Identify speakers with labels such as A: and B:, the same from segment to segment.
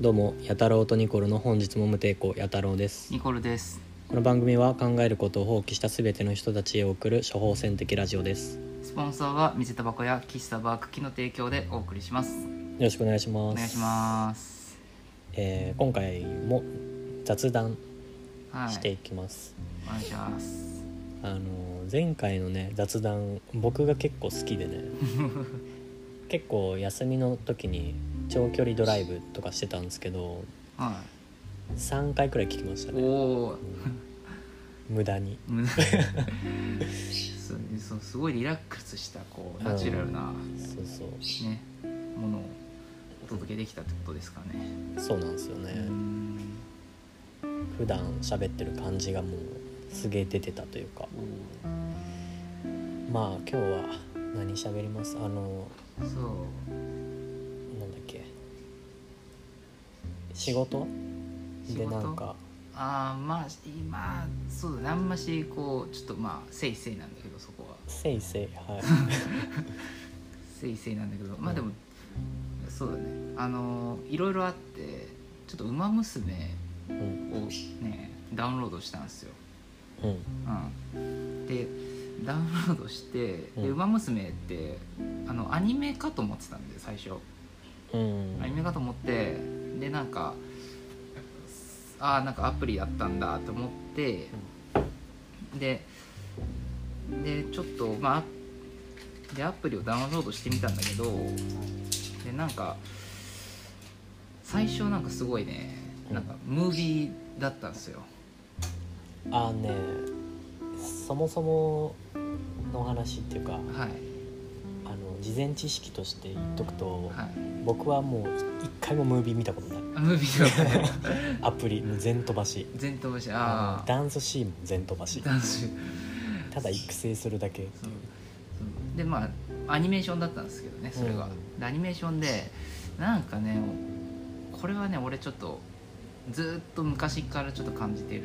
A: どうもやたろうとニコルの本日も無抵抗やたろうです
B: ニコルです
A: この番組は考えることを放棄したすべての人たちへ送る処方箋的ラジオですよ
B: スポンサーは水タバコや喫茶バークキの提供でお送りします
A: ろしくお願いします
B: お願いします
A: えー今回も雑談
B: はい
A: していきます、
B: お願いします
A: あの前回のね雑談僕が結構好きで ね結構休みの時に長距離ドライブとかしてたんですけど
B: は
A: 3回くらい聞きま した
B: いお
A: ね
B: お
A: 無駄に
B: ーそうそうすごいリラックスしたこうナチュラルな
A: そうそう
B: ねものをお届けできたってことですかね
A: そうなんですよね、
B: うん
A: 普段喋ってる感じがもうすげえ出てたというかまあ今日は何喋りますあの
B: そ
A: なんだっけ仕事
B: 仕
A: で
B: 事
A: なんか
B: うああまあ今そうだねあんましこうちょっとまあせいせいなんだけどそこは
A: せいせいはい
B: せいせいなんだけど
A: う
B: まあ
A: ん
B: でも、そうだねあのいろいろあってちょっと「ウマ娘
A: うん」
B: をねダウンロードしたんですよ、
A: うん
B: うん、でダウンロードして「
A: うん
B: でウマ娘」ってあのアニメかと思ってたんで最初
A: うん
B: アニメかと思ってでなんかああんかアプリやったんだと思ってででちょっとまあでアプリをダウンロードしてみたんだけどでなんか最初なんかすごいねなんかムービーだったんですよ
A: あのねそもそもの話っていうか
B: はい
A: あの事前知識として言っとくと、
B: はい
A: 僕はもう一回もムービー見たことない
B: あムービーだ
A: アプリもう全飛ばし
B: 全飛ばし
A: あ
B: あ
A: の
B: あ
A: ダンスシーンも全飛ばし
B: 男子そう
A: ただ育成するだけって
B: そ
A: いう
B: うでまあアニメーションだったんですけどねそれが、
A: うん
B: でアニメーションでなんかねこれはね俺ちょっとずーっと昔からちょっと感じてる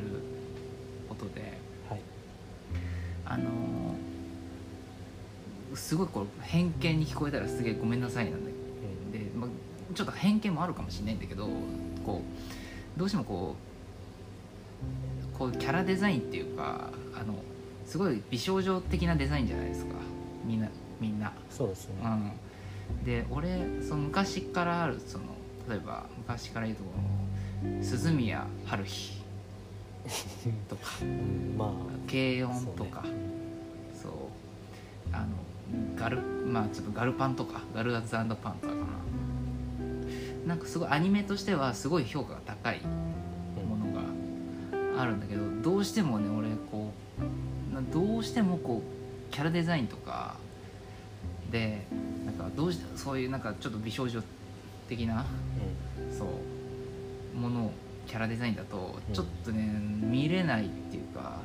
B: ことで、
A: はい
B: あのーすごいこう偏見に聞こえたらすげえごめんなさいなんだけどで、まあ、ちょっと偏見もあるかもしれないんだけどこうどうしてもこうこうキャラデザインっていうかあのすごい美少女的なデザインじゃないですかみんなみんな。
A: そうですね
B: うん、で俺その昔からあるその例えば昔から言うとこの鈴宮春日とか
A: うんま
B: 軽
A: あ
B: 音
A: そう
B: と
A: ね
B: か。そうあのガルまあちょっとガルパンとかガルダズパンとかかななんかすごいアニメとしてはすごい評価が高いものがあるんだけどどうしてもね俺こうなどうしてもこうキャラデザインとかでなんかどうしてそういうなんかちょっと美少女的なそうものキャラデザインだとちょっとね、見れないっていうか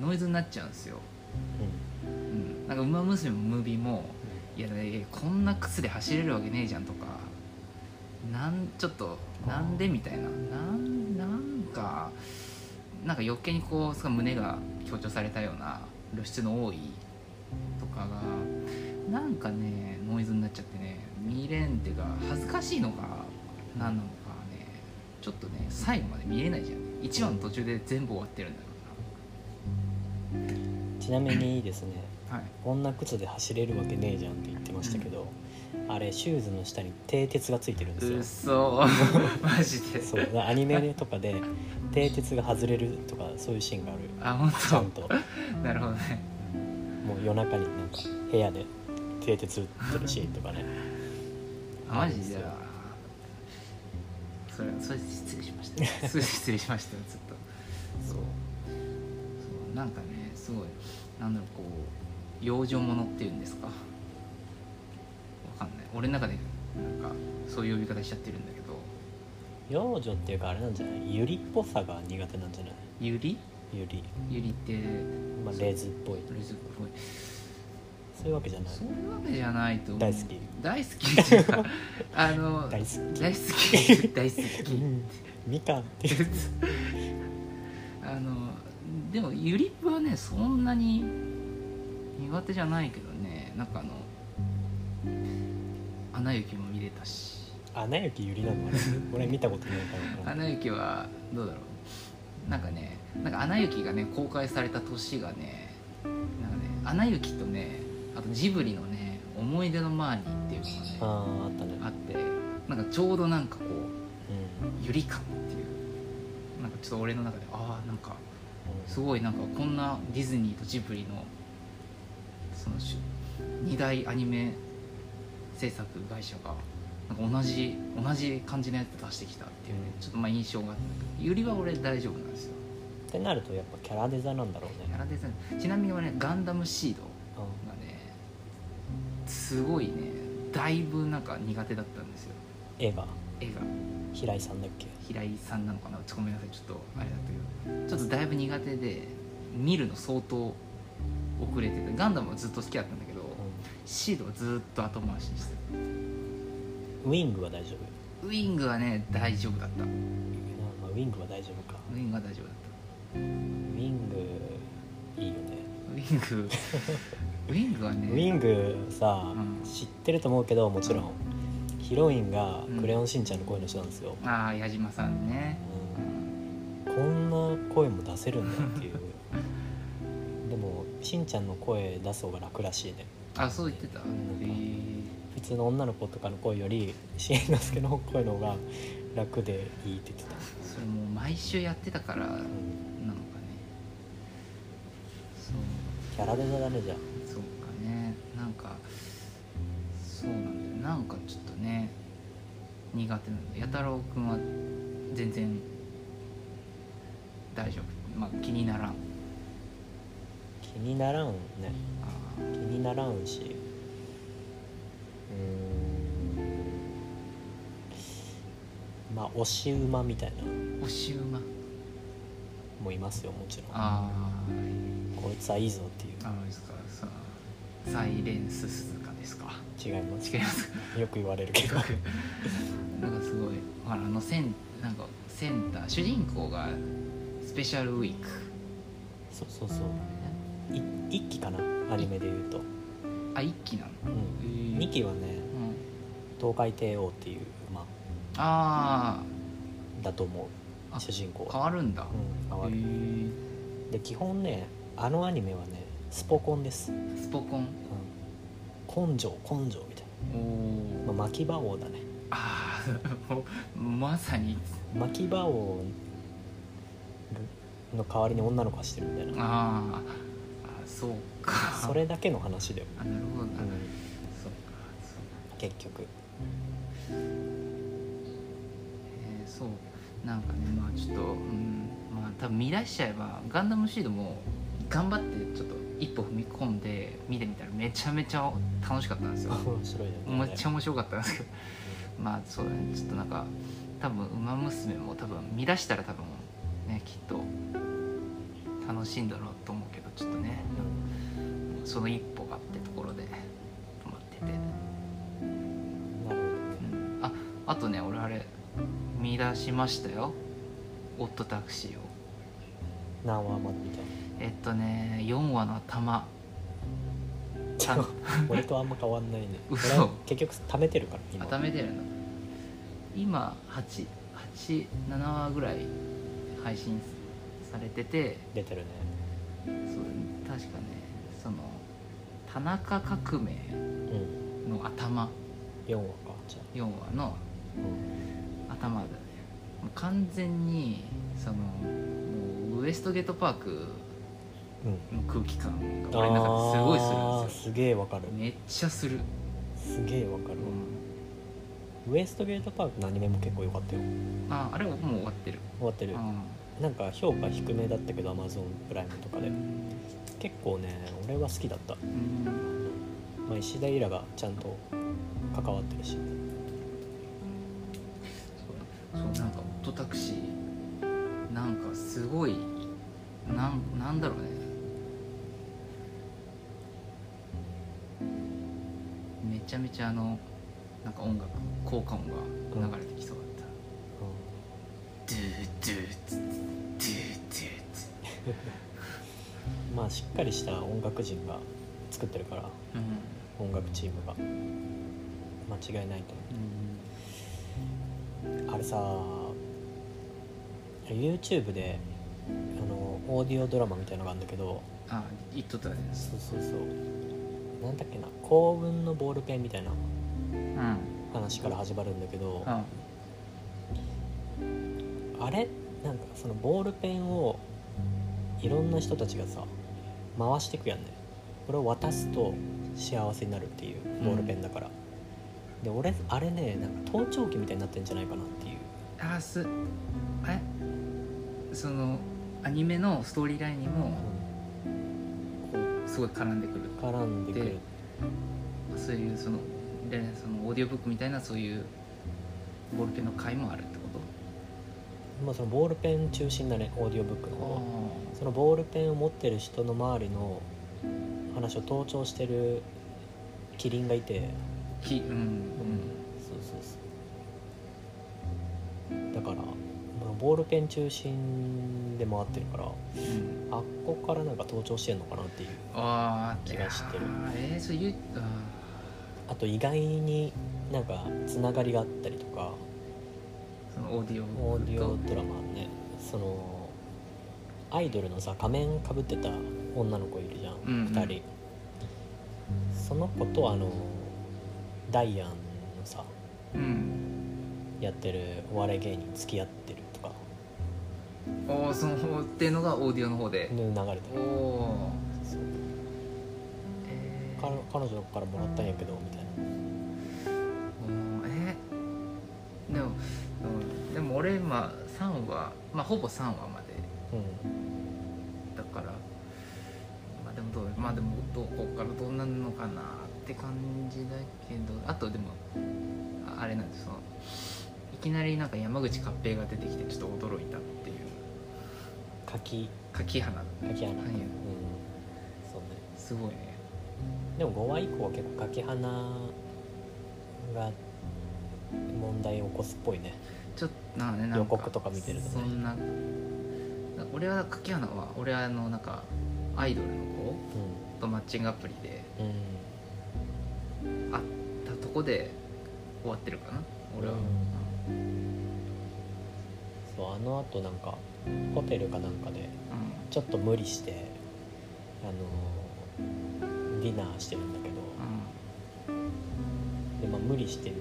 B: ノイズになっちゃうんですようん、なんか「ウマ娘」もムービーも「いやねこんな靴で走れるわけねえじゃん」とかなんちょっとなんでみたいななんなんかなんか余計にこうすごい胸が強調されたような露出の多いとかがなんかねノイズになっちゃってね見れんっていうか恥ずかしいのか何なのかねちょっとね最後まで見れないじゃん1話の途中で全部終わってるんだか
A: うんちなみにですね
B: らはい
A: 「こんな靴で走れるわけねえじゃん」って言ってましたけど、あれシューズの下に蹄鉄がついてるんです
B: う
A: よ
B: っそ マジで
A: そうアニメとかで蹄鉄が外れるとかそういうシーンがある
B: あ本
A: ち
B: 当
A: ゃんと
B: なるほどね
A: もう夜中になんか部屋で蹄鉄打ってるシーンとかね
B: あマジでそれそれ失礼しました それ失礼しましたよずっとそうそうなんかねすごいなんだろうこう養生ものっていうんですかわかんない俺の中でなんかそういう呼び方しちゃってるんだけど
A: 幼女っていうかあれなんじゃないユリっぽさが苦手なんじゃない
B: ゆり
A: ユリ、
B: ゆりって
A: まあ、レズっぽい
B: とりあえずこう
A: そういうわけじゃない
B: そういうわけじゃないと思う
A: 大好き
B: 大好きっていうかあの
A: 大
B: 大
A: 好
B: 好
A: き
B: き大好き
A: みかんっていう
B: あのでもユリップはねそんなに苦手じゃないけどねなんかあの「アナ雪」も見れたし
A: 穴行きゆりな のあれ俺見たことないから
B: アナ雪はどうだろうなんかねなんかアナ雪がね公開された年がねなんかねアナ雪とねあとジブリのね「思い出のマーニー」っていうのがね
A: あああったね
B: あってなんかちょうどなんかこう
A: うん
B: ゆり感っていうなんかちょっと俺の中でああなんか
A: うん
B: すごいなんかこんなディズニーとジブリのそのし二大アニメ制作会社がなんか同じ同じ感じのやつ出してきたっていうね
A: うん
B: ちょっとまあ印象があってゆりは俺大丈夫なんですよ
A: ってなるとやっぱキャラデザなんだろう
B: や
A: ね
B: らデザインちなみに俺ねガンダムシード
A: う
B: がねすごいねだいぶなんか苦手だったんですよ
A: ん絵が
B: 絵が
A: 平井さんだっけ
B: 平井さんなのかなちょっとごめんなさいちょっとあれだったけどちょっとだいぶ苦手で見るの相当遅れててガンダムはずっと好きだったんだけど
A: う
B: シードはずっと後回しにしてた
A: んウィングは大丈夫
B: ウィングはね大丈夫だったウ
A: あまあウィングは大丈夫か
B: ィングは大丈夫だっ
A: ウィングいいよね
B: たウィン グウィングはね
A: ウィングさ、
B: うん
A: 知ってると思うけどもちろんヒロインが「クレヨンしんちゃん」の声の人なんですよ、
B: ああ矢島さんねうん
A: うんこんな声も出せるんだっていうでもしんちゃんの声出す方が楽らしいね
B: あそう言ってたへ
A: 普通の女の子とかの声よりしんのすけの声の方が楽でいいって言ってた、
B: えそれもう毎週やってたからなのか
A: う
B: ね
A: ん
B: そう
A: キャラデザだねじゃん
B: そうかねなんかそうなんだよなんかちょっとね苦手なんだよ弥太郎君は全然大丈夫まあ気にならん
A: 気にならんね
B: あ
A: 気にならんしうーんまあ押し馬みたいな
B: ー押し馬
A: もいますよもちろん
B: あ
A: こいつはいいぞって
B: ーあのですかさサイレンス鈴鹿ですか
A: いう違います
B: 違います
A: よく言われるけ
B: 計
A: ど
B: 画なんかすごいほらあのセンなんかセンター主人公がスペシャルウィーク
A: そうそうそうい一期かなアニメで言うと、
B: あ一期なの
A: うん、2期はね
B: うん
A: 東海帝王っていう馬、ま
B: あ
A: だと思
B: あ
A: う主人公
B: あ変わるんだ
A: うん変わ
B: へ
A: る
B: ー
A: で基本ねあのアニメはねスポコンです、うん
B: スポコン
A: 根性根性みたい
B: お
A: な、
B: お
A: まあ、巻き場王だね
B: ああもうまさに
A: 巻き場王の代わりに女の子走ってるみたいな
B: あーあそうか
A: それだけの話だよ、
B: あなるほどな、
A: うん
B: そうかそう
A: 結局
B: えーそうなんかねまあちょっとうんまあ多分見出しちゃえばガンダムシードも頑張ってちょっと一歩踏み込んで見てみたらめちゃめちゃ楽しかったんですよ
A: 面白いよね
B: めっちゃ面白かったんですけどまあそうだねちょっとなんか多分「ウマ娘」も多分見出したら多分ねきっと楽しいんだろうと思うけどちょっとね
A: うん
B: その一歩がってところで止まってて、
A: なるほどね
B: うん、ああとね俺あれ見出しましたよ「オットタクシーを」
A: 何話までみたいな
B: えっとね4話の頭ちゃん
A: 俺とあんま変わんないね
B: 嘘
A: 俺は結局貯めてるから今
B: 温めてるの今887話ぐらい配信されてて
A: 出てるね
B: そう確かねその田中革命
A: うん
B: の頭
A: 4話かじゃあ
B: 4話の
A: うん
B: 頭だねもう完全にそのもうウエストゲートパーク
A: うん
B: の空気感が俺の中ですごい
A: あー
B: す
A: すげえわかる
B: るんですよめっちゃする、
A: すげえわかるわ
B: う
A: ウエストゲートパークのアニメも結構良かったよ
B: ん、ああれもう終わってる、
A: 終わってる
B: う
A: なんか評価低めだったけど Amazon プライムとかで
B: ん
A: 結構ね俺は好きだった、
B: うん
A: まあ、石田イラがちゃんと関わってるし
B: そうそうなんかオットタクシーなんかすごいなんなんだろうねめちゃめちゃあのなんか音楽効果音が流れてきそうだっ
A: う
B: た、ドゥードゥーツドゥードゥーツ
A: んまあしっかりした音楽人が作ってるから
B: うん
A: 音楽チームが間違いないと思あれさ YouTube であのオーディオドラマみたいのがあるんだけど
B: あ言っとったね
A: そうそうそうなんだっけな幸運のボールペンみたいな
B: うん
A: 話から始まるんだけど
B: あ
A: あれなんかそのボールペンをいろんな人たちがさ回していくやんねこれを渡すと幸せになるっていうボールペンだから、で俺あれねなんか盗聴器みたいになってんじゃないかなっていう
B: あすえそのアニメのストーリーラインにもこうすごい絡んでくる
A: 絡んでくる
B: でそういうそのでそのオーディオブックみたいなそういうボールペンの回もあるってこ
A: まあそのボールペン中心だねオーディオブックの
B: と
A: 方はそのボールペンを持ってる人の周りの話を盗聴してるキリンがいて
B: きうん
A: そうそうそうだから、まあ、ボールペン中心で回ってるから
B: うん、うん、
A: あっこからなんか盗聴してんのかなっていう
B: ああ
A: 気がしてる
B: えー、そういうあ
A: あと意外になんかつながりがあったりとか
B: ーそのオーディオ
A: オーディオ
B: と
A: ドラマねそのアイドルのさ仮面かぶってた女の子いるじゃん、
B: うんうん
A: 2人その子とあのダイアンのさ
B: うん
A: やってるお笑い芸人付き合ってるとか
B: おーその方っていうのがオーディオの方で、
A: 流れて
B: お
A: る
B: お
A: そう
B: えー、
A: 彼彼女からもらったんやけどみたいな
B: おーえーでもうんでも俺今3話まあほぼ3話まで
A: うん
B: だからまあでもどうまあでもどうこっからどうなるのかなって感じだけどあとでもああれなんですそのいきなりなんか山口勝平が出てきてちょっと驚いたっていう
A: 柿
B: 柿花はい
A: 柿花、うんそうね
B: すごいね
A: でも5話以降は結構柿花が問題を起こすっぽいね
B: ちょっとなんかねなんか
A: 予告とか見てるとね
B: そんななんか俺は柿花は俺はあのなんかアイドルの子とマッチングアプリで
A: うん、うん、
B: 会ったとこで終わってるかな俺は、
A: うんそうあのあとんかホテルかなんかで
B: う
A: ちょっと無理してあのーディナーしてるんだけど
B: んうん
A: で、まあ、無理してる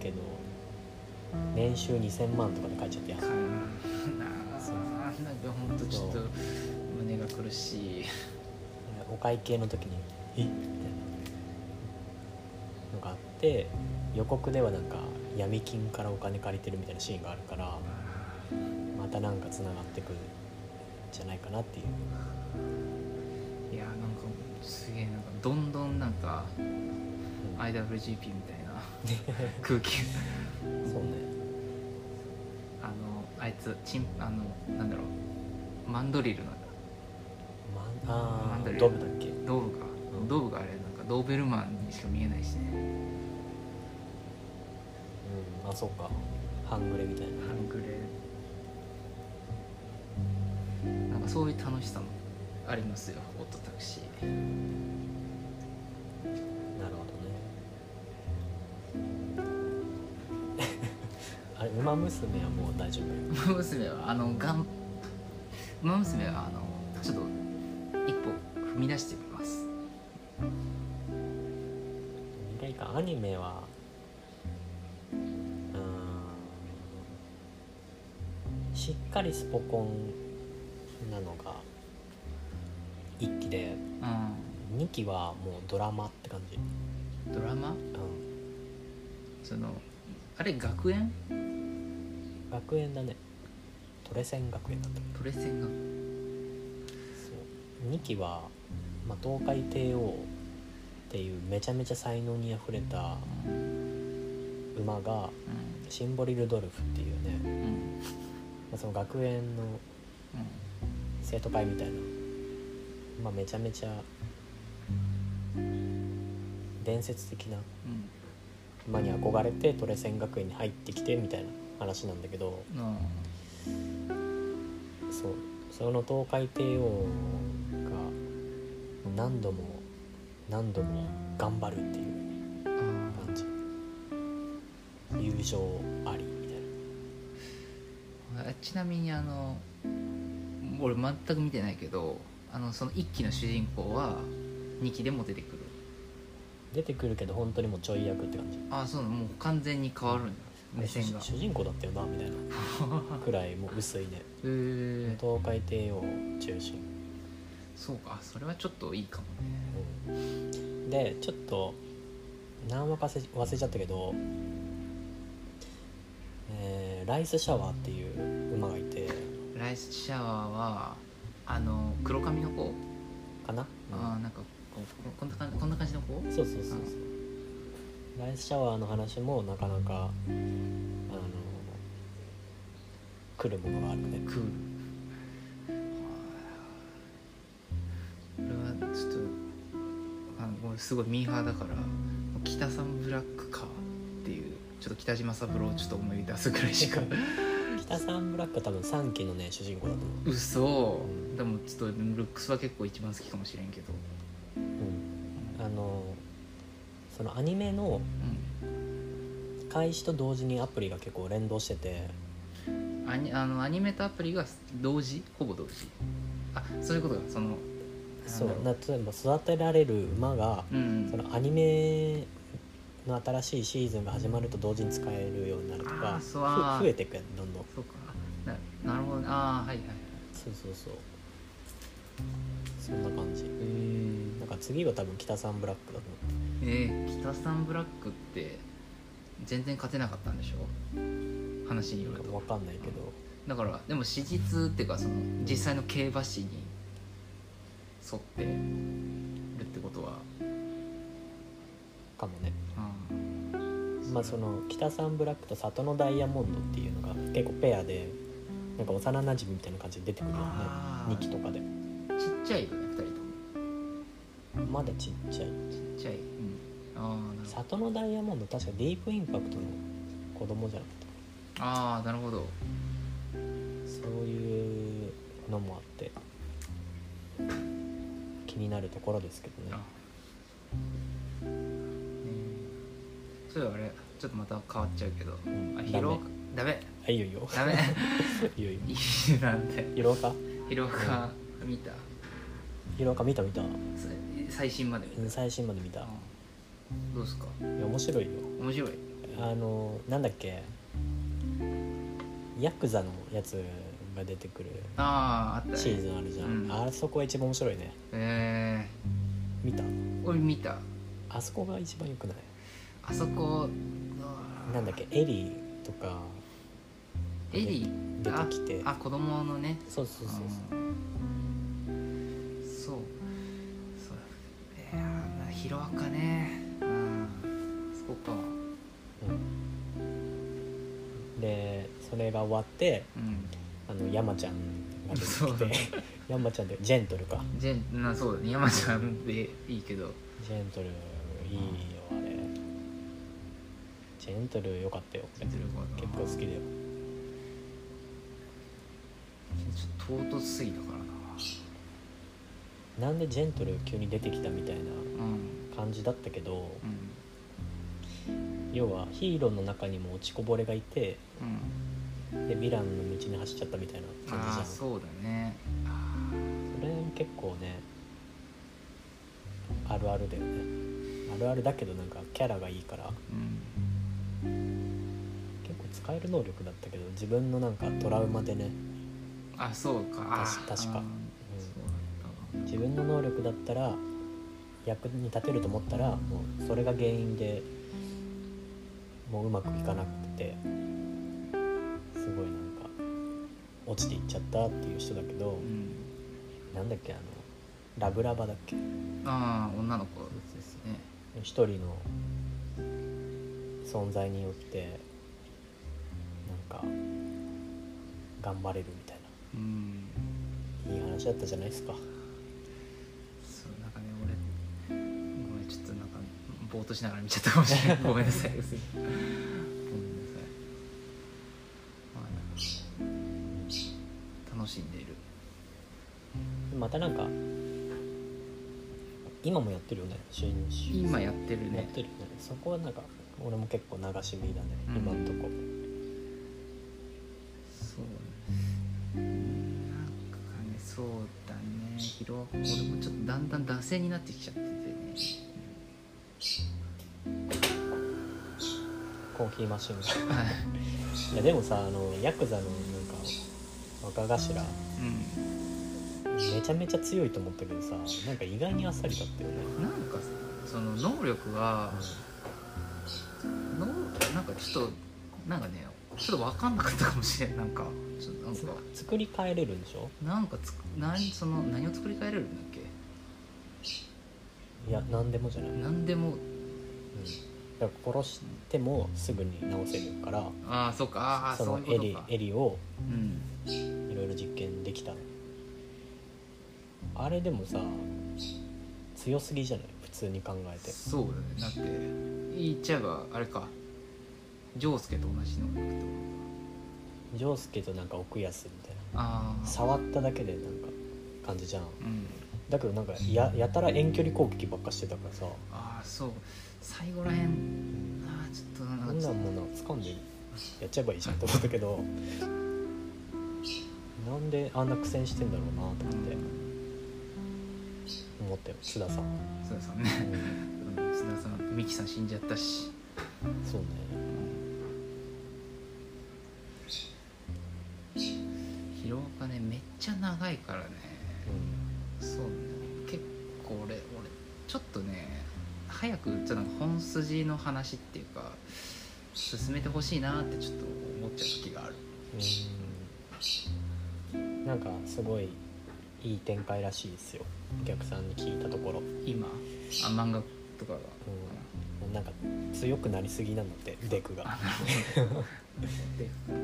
A: けど年収2000万とかで帰っちゃってや
B: かなあなんかほんとちょっと胸が苦しい
A: お会計の時に「えみたいなのがあって予告ではなんか闇金からお金借りてるみたいなシーンがあるからまたなんかつながってくるんじゃないかなっていう
B: いやなんかすげえなんかどんどんなんか
A: うん
B: IWGP みたい な空気
A: そうね
B: あのあいつチンあのなんだろうマンドリルの
A: まあ
B: なんだ
A: ー
B: ろう
A: ドブだっけ
B: ドーブかドーブがあれなんかドーベルマンにしか見えないしね
A: うんあそうか半グレみたいな
B: 半グレなんかそういう楽しさもありますよオットタクシー
A: なるほどね あれ「ウマ娘」はもう大丈夫
B: ウマ娘はあのがんウマ娘はあのちょっと一歩踏み出してみます
A: 未来かアニメはうーんしっかりスポコンなのが1期で
B: う
A: 2期はもうドラマって感じ、
B: んドラマ
A: う
B: そのあれ学園
A: ん、学園だねトレセン学園だった
B: トレセンが
A: そう2期は、まあ、東海帝王っていうめちゃめちゃ才能にあふれた
B: うん
A: 馬がシンボリルドルフっていう
B: う
A: ね、
B: んうん
A: まあ、その学園の生徒会みたいな、まあ、めちゃめちゃ伝説的な馬に憧れてトレセン学園に入ってきてみたいな話なんだけど
B: うんうん
A: そうその東海帝王が何度も何度も頑張るっていう
B: あ
A: 感じ友友情ありみたいな
B: あちなみにあの俺全く見てないけどあのその一期の主人公は2期でも出てくる
A: 出てくるけど本当にもうちょい役って感じ
B: あそうなのもう完全に変わるんだ目線が
A: 主主人公だったよなみたいなくらいもう薄いね
B: へえ
A: 東海帝王中心、
B: そうかそれはちょっといいかもね
A: うんでちょっと何話かせ忘れちゃったけど、えーライスシャワーっていう馬がいて
B: ライスシャワーはあの黒髪の子、
A: かな、
B: あーなんかこうこんな感じこんな感じの子
A: そうそうそうそうライスシャワーの話もなかなかあの来るものがあるね
B: クールこれはちょっとあの俺すごいミーハーだから北さんブラックかっていうちょっと北島三郎をちょっと思い出すぐらい しか
A: 北サンブラックは多分3期のね主人公だと思
B: 嘘でもちょっとルックスは結構一番好きかもしれんけど
A: う、うん、あのそのアニメの開始と同時にアプリが結構連動してて
B: うんアニあのアニメとアプリが同時ほぼ同時あそういうことかその
A: そう
B: なんだろ
A: な例えば育てられる馬が
B: ううん
A: そのアニメの新しいシーズンが始まると同時に使えるようになると
B: あ
A: か
B: ー
A: ふ
B: そうあー
A: 増えていくやんどんどん
B: そうかななるほどねああはいはい
A: そうそうそうそんな感じ
B: えー
A: なんか次は多分北サンブラックだと
B: えー、北さんブラックって全然勝てなかったんでしょ話によ
A: 思
B: る
A: うなんか
B: と
A: 分かんないけど
B: だからでも史実っていうかその実際の競馬史に沿ってるってことは
A: かもね
B: うん
A: まあその北サンブラックと里のダイヤモンドっていうのが結構ペアでなんか幼なじみみたいな感じで出てくるよね
B: あー
A: 2期とかで
B: ちっちゃいよね2人とも
A: まだちっちゃい
B: ちっちゃい、うん、ああなるほど
A: 里のダイヤモンド確かディープインパクトの子供じゃなくて
B: ああなるほど
A: そういうのもあって気になるところですけどね
B: あねえそういえばあれちょっとまた変わっちゃうけど、
A: ん
B: あ疲労ダメ
A: あいいよいいよ
B: ダメ
A: いいよいいよ
B: いいなんて
A: ヒロアカ
B: ヒロカ見た
A: ヒロアカ見た見た
B: さ最新まで見た、
A: 最新まで見た
B: うんどうですか
A: いや面白いよ
B: 面白い
A: あのなんだっけヤクザのやつが出てくる
B: あああったね
A: シーズンあるじゃん、
B: うん
A: あそこが一番面白いね
B: え
A: 見た
B: ー、俺見た
A: あそこが一番良くない
B: あそこ
A: なんだっけエリーとか
B: エリ
A: 出
B: ー
A: てきて
B: ああ子供のね
A: そうそうそうそう
B: うんそうそういやーヒロアカねうんそこか
A: うんでそれが終わって
B: うん
A: あの山ちゃんが出て
B: そうだね
A: きて 山ちゃんでジェントルか
B: ジェンなそうだね山ちゃんでいいけど
A: ジェントルいいよあれジェントル良かったよ
B: ジェントル良かった
A: 結構好きだよ
B: ちょっと唐突すぎたからな
A: なんでジェントル急に出てきたみたいな
B: うん
A: 感じだったけど
B: うん
A: 要はヒーローの中にも落ちこぼれがいて
B: うん
A: でヴィランの道に走っちゃったみたいな感じじゃ
B: ああ
A: んそ
B: そうだねあ
A: れ結構ねあるあるだよねあるあるだけどなんかキャラがいいから
B: ーうん
A: 結構使える能力だったけど自分のなんかトラウマでね
B: あそうかあー
A: 確確かうん
B: あーそうだっ
A: 自分の能力だったら役に立てると思ったらもうそれが原因でもううまくいかなくてすごいなんか落ちていっちゃったっていう人だけど
B: たわうん
A: なんだっけあのラブラバだっけ
B: ああ女の子ですね
A: 一人の存在によってなんか頑張れるみたい
B: うん
A: ないい話だったじゃないですか
B: そうなんかね俺ごめんちょっとなんかぼーっとしながら見ちゃったかもし れないごめんなさい嘘ごめんなさいまあなんか楽しんでいる
A: またなんか今もやってるよね新
B: 今やってる
A: やっ
B: ね
A: てるよねそこはなんか俺も結構流し見だね、
B: うん
A: 今んとこ
B: そうなんかねそうだね広俺もちょっとだんだん惰性になってきちゃっててね
A: コーヒーマシンが
B: はい
A: いやでもさあのヤクザのなんか若頭
B: う
A: めちゃめちゃ強いと思ったけどさなんか意外にあっさりだったよね、
B: んなんかその能力はのなんかちょっとなんかねちょっと分かんなかったかもしれないなんかちょっとなん
A: つ
B: か
A: 作り変えれるんでしょ
B: なんかつく何その何を作り変えれるんだっけ
A: いや何でもじゃない、うん、だ
B: 何でも
A: から殺してもすぐに直せるから
B: ああそうかああ
A: そ
B: そう
A: の
B: いう
A: エ
B: こ
A: リ
B: とか
A: エリを
B: うん
A: いろいろ実験できたのあれでもさ強すぎじゃない普通に考えて
B: そうだねだって言っちゃえばあれかジョースケと同じ能力ってこと
A: ジョースケとなんか奥安みたい
B: あ
A: な
B: あ
A: 触っただけでなんか感じじゃん
B: うん
A: だけどなんかややたら遠距離攻撃ばっかしてたからさ
B: ああそう最後らへんああちょっとな
A: こ
B: ん
A: ん
B: かち
A: な
B: ょっ
A: んもの掴んでやっちゃえばいいじゃんと思ったけどなんであんな苦戦してんだろうなと
B: と
A: 思って思ったよ須田さん、
B: 須田さんね
A: うん
B: うん須田さんミキさん死んじゃったし
A: そうね
B: 疲労がねめっちゃ長いからねそうね結構俺俺ちょっとね早くちょっとなんか本筋の話っていうか進めてほしいなってちょっと思っちゃう時がある
A: うん、うん、なんかすごいいい展開らしいですよお客さんに聞いたところ、
B: 今あ漫画とかが
A: うん、なんか強くなりすぎなのってデクが
B: あなるほどっていうかね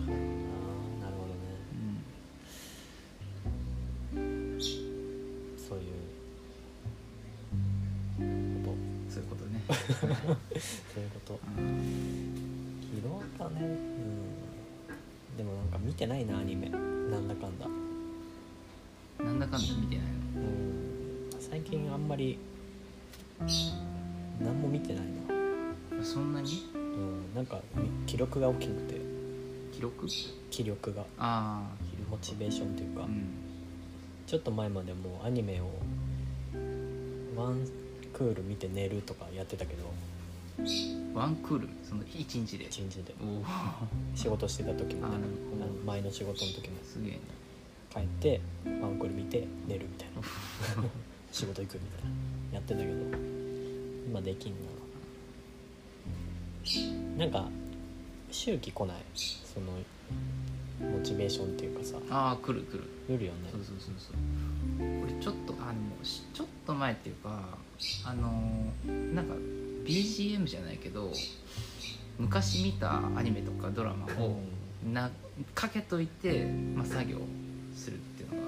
A: あーなるほどね
B: うん
A: そういうこと
B: そういうことね
A: そういうこと
B: うん
A: 疲労かねうんでもなんか見てないなアニメなんだかんだ
B: なんだかんだ見てないの
A: うん最近あんまり何も見てないな
B: そんなに
A: うんなんかみ気力が大きくて
B: 記録
A: 気力が
B: ああ記録
A: モチベーションというか、
B: うん
A: ちょっと前までもうアニメをワンクール見て寝るとかやってたけど
B: ワンクールその一日で
A: 一日で
B: おお
A: 仕事してた時もね
B: あなるほど
A: あの前の仕事の時も
B: すげえ
A: 帰ってワンクール見て寝るみたいな 仕事行くみたいなやってんだけど今できんななんか周期来ないそのモチベーションっていうかさ
B: なああ来る来る
A: 来るよね
B: そうそうそうそう俺ちょっとあのしちょっと前っていうかあのーなんか BGM じゃないけど昔見たアニメとかドラマ
A: う
B: をなかけといて、まあ、作業するっていうのが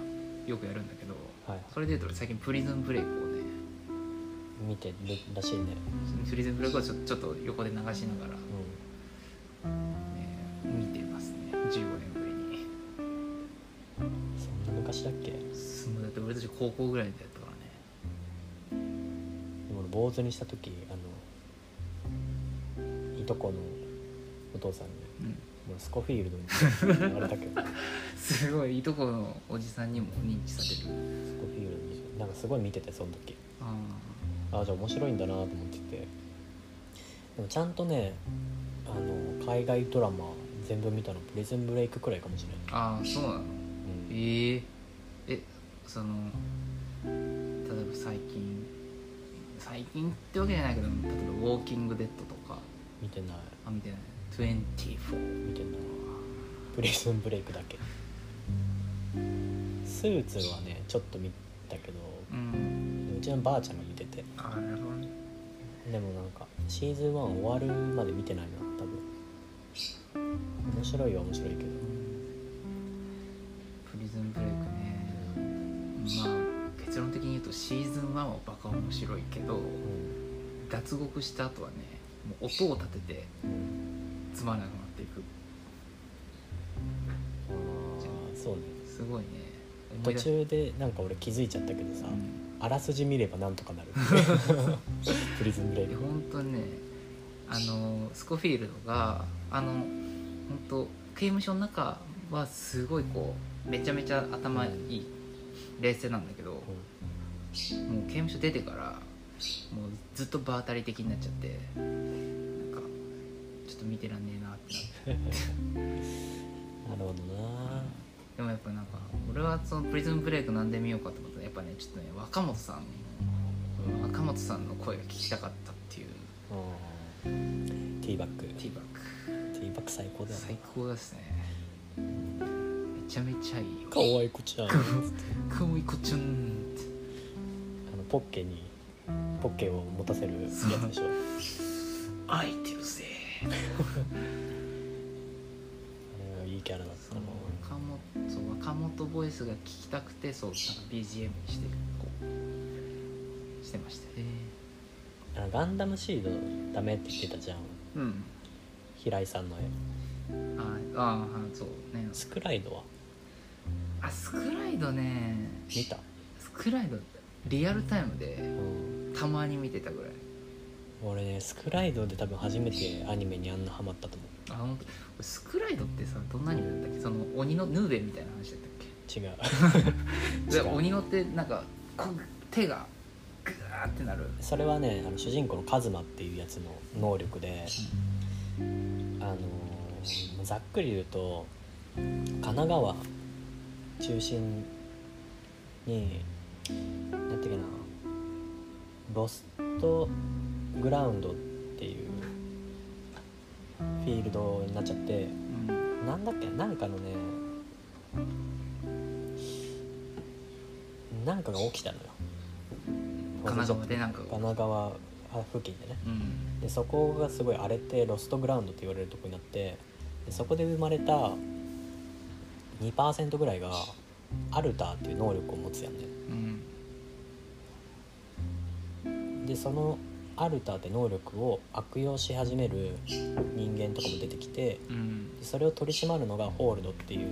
B: よくやるんだけど
A: はい
B: それでいうと俺最近プリズンブレイクをね
A: 見てるらしいね
B: プリズンブレイクをちょちょっと横で流しながら、ね、見てますね15年ぶりに
A: うんそんな昔だっけで
B: そうだって俺たち高校ぐらいでやったからね
A: も俺坊主にした時あのいとこのお父さんに
B: うん
A: 「俺スコフィールドに」って言われたけど
B: すごいいとこのおじさんにも認知される
A: スコフィールドになんかすごい見ててその時
B: あ
A: あじゃあ面白いんだなと思っててでもちゃんとねあの海外ドラマ全部見たのプリズンブレイクくらいかもしれ
B: ーあーそうなのえ
A: ない、
B: ー、えその例えば最近最近ってわけじゃないけど例えば「ウォーキング・デッド」とか
A: 見てない
B: あ見てない24
A: 見てないプリズンブレイクだけスーツはねちょっと見たけど
B: うん
A: うちのばあちゃんが見てて
B: ああなるほどね
A: でもなんかシーズン1終わるまで見てないな多分面白いは面白いけど
B: プリズンブレイクねまあ結論的に言うとシーズン1はバカ面白いけど
A: うん
B: 脱獄した後はねもう音を立てて
A: うん
B: つまらなくなっていく
A: ああそうね
B: すごいね
A: 途
B: 思い出し
A: 中でなんか俺気づいちゃったけどさ、
B: うん
A: あらすじ見ればなんとかな るプリズンブレイ
B: い
A: ク
B: や本当にねあのスコフィールドがあの本当刑務所の中はすごいこうめちゃめちゃ頭いい冷静なんだけど、もう刑務所出てからもうずっと場当たり的になっちゃってなんかちょっと見てらんねえなってなって
A: なるほどな
B: でもやっぱなんか俺はそのプリズムブレイクなんで見ようかと思ったらやっぱねちょっとね若本さんの若本さんの声が聞きたかったっていう
A: うんティーバック
B: ティーバック
A: ティーバック最高だよ
B: 最高ですねめちゃめちゃいいよ
A: かわいい子ちゃん あ
B: かわいいこちゃんって
A: のポッケにポッケを持たせるやつでしょ
B: 愛てるぜ
A: あれはいいキャラだっ
B: そ
A: た
B: の
A: な
B: 若本そう若本ボイスが聞きたくてそうなんか BGM にしてこうしてましたね
A: あのガンダムシードダメって言ってたじゃん
B: うん
A: 平井さんの絵
B: あああそうね
A: スクライドは
B: あスクライドね
A: 見た、
B: スクライドリアルタイム
A: う
B: で
A: ん、
B: たまに見てたぐらい
A: 俺ねスクライドで多分初めてアニメにあんなハマったと思
B: あ本当。俺スクライドってさどんなアニメだったっけその鬼のヌーベみたいな話だったっけ
A: う違う
B: で
A: 違う
B: 鬼のってなんかこう手がグーってなる
A: それはねあの主人公のカズマっていうやつの能力で、あのーざっくり言うと神奈川中心になんていうかなロストグラウンドっていうフィールドになっちゃって
B: うん
A: なんだっけなんかのねなんかが起きたのよ
B: 神奈川でなんか
A: 神奈川付近でね
B: うん
A: でそこがすごい荒れてロストグラウンドって言われるとこになってでそこで生まれた2%ぐらいがアルターっていう能力を持つやんね
B: うん
A: でそのアルターって能力を悪用し始める人間とかも出てきて
B: うん
A: でそれを取り締まるのがホールドっていう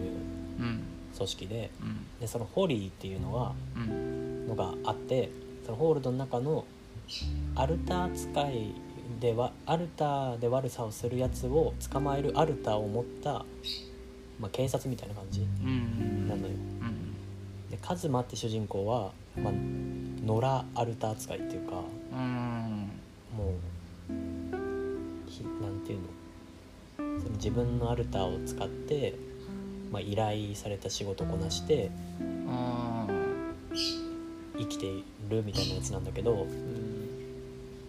B: うん
A: 組織で
B: うん
A: でそのホリーっていうのは
B: うん
A: のがあってそのホールドの中のアルター使いではアルターで悪さをするやつを捕まえるアルターを持った、まあ、警察みたいな感じ
B: うんうん
A: なのよ
B: うん
A: でカズマって主人公は、まあ、野良アルター使いっていうか
B: うん
A: もうひなんていうのその自分のアルターを使って、まあ、依頼された仕事こなして
B: あー
A: 生きているみたいなやつなんだけど
B: うん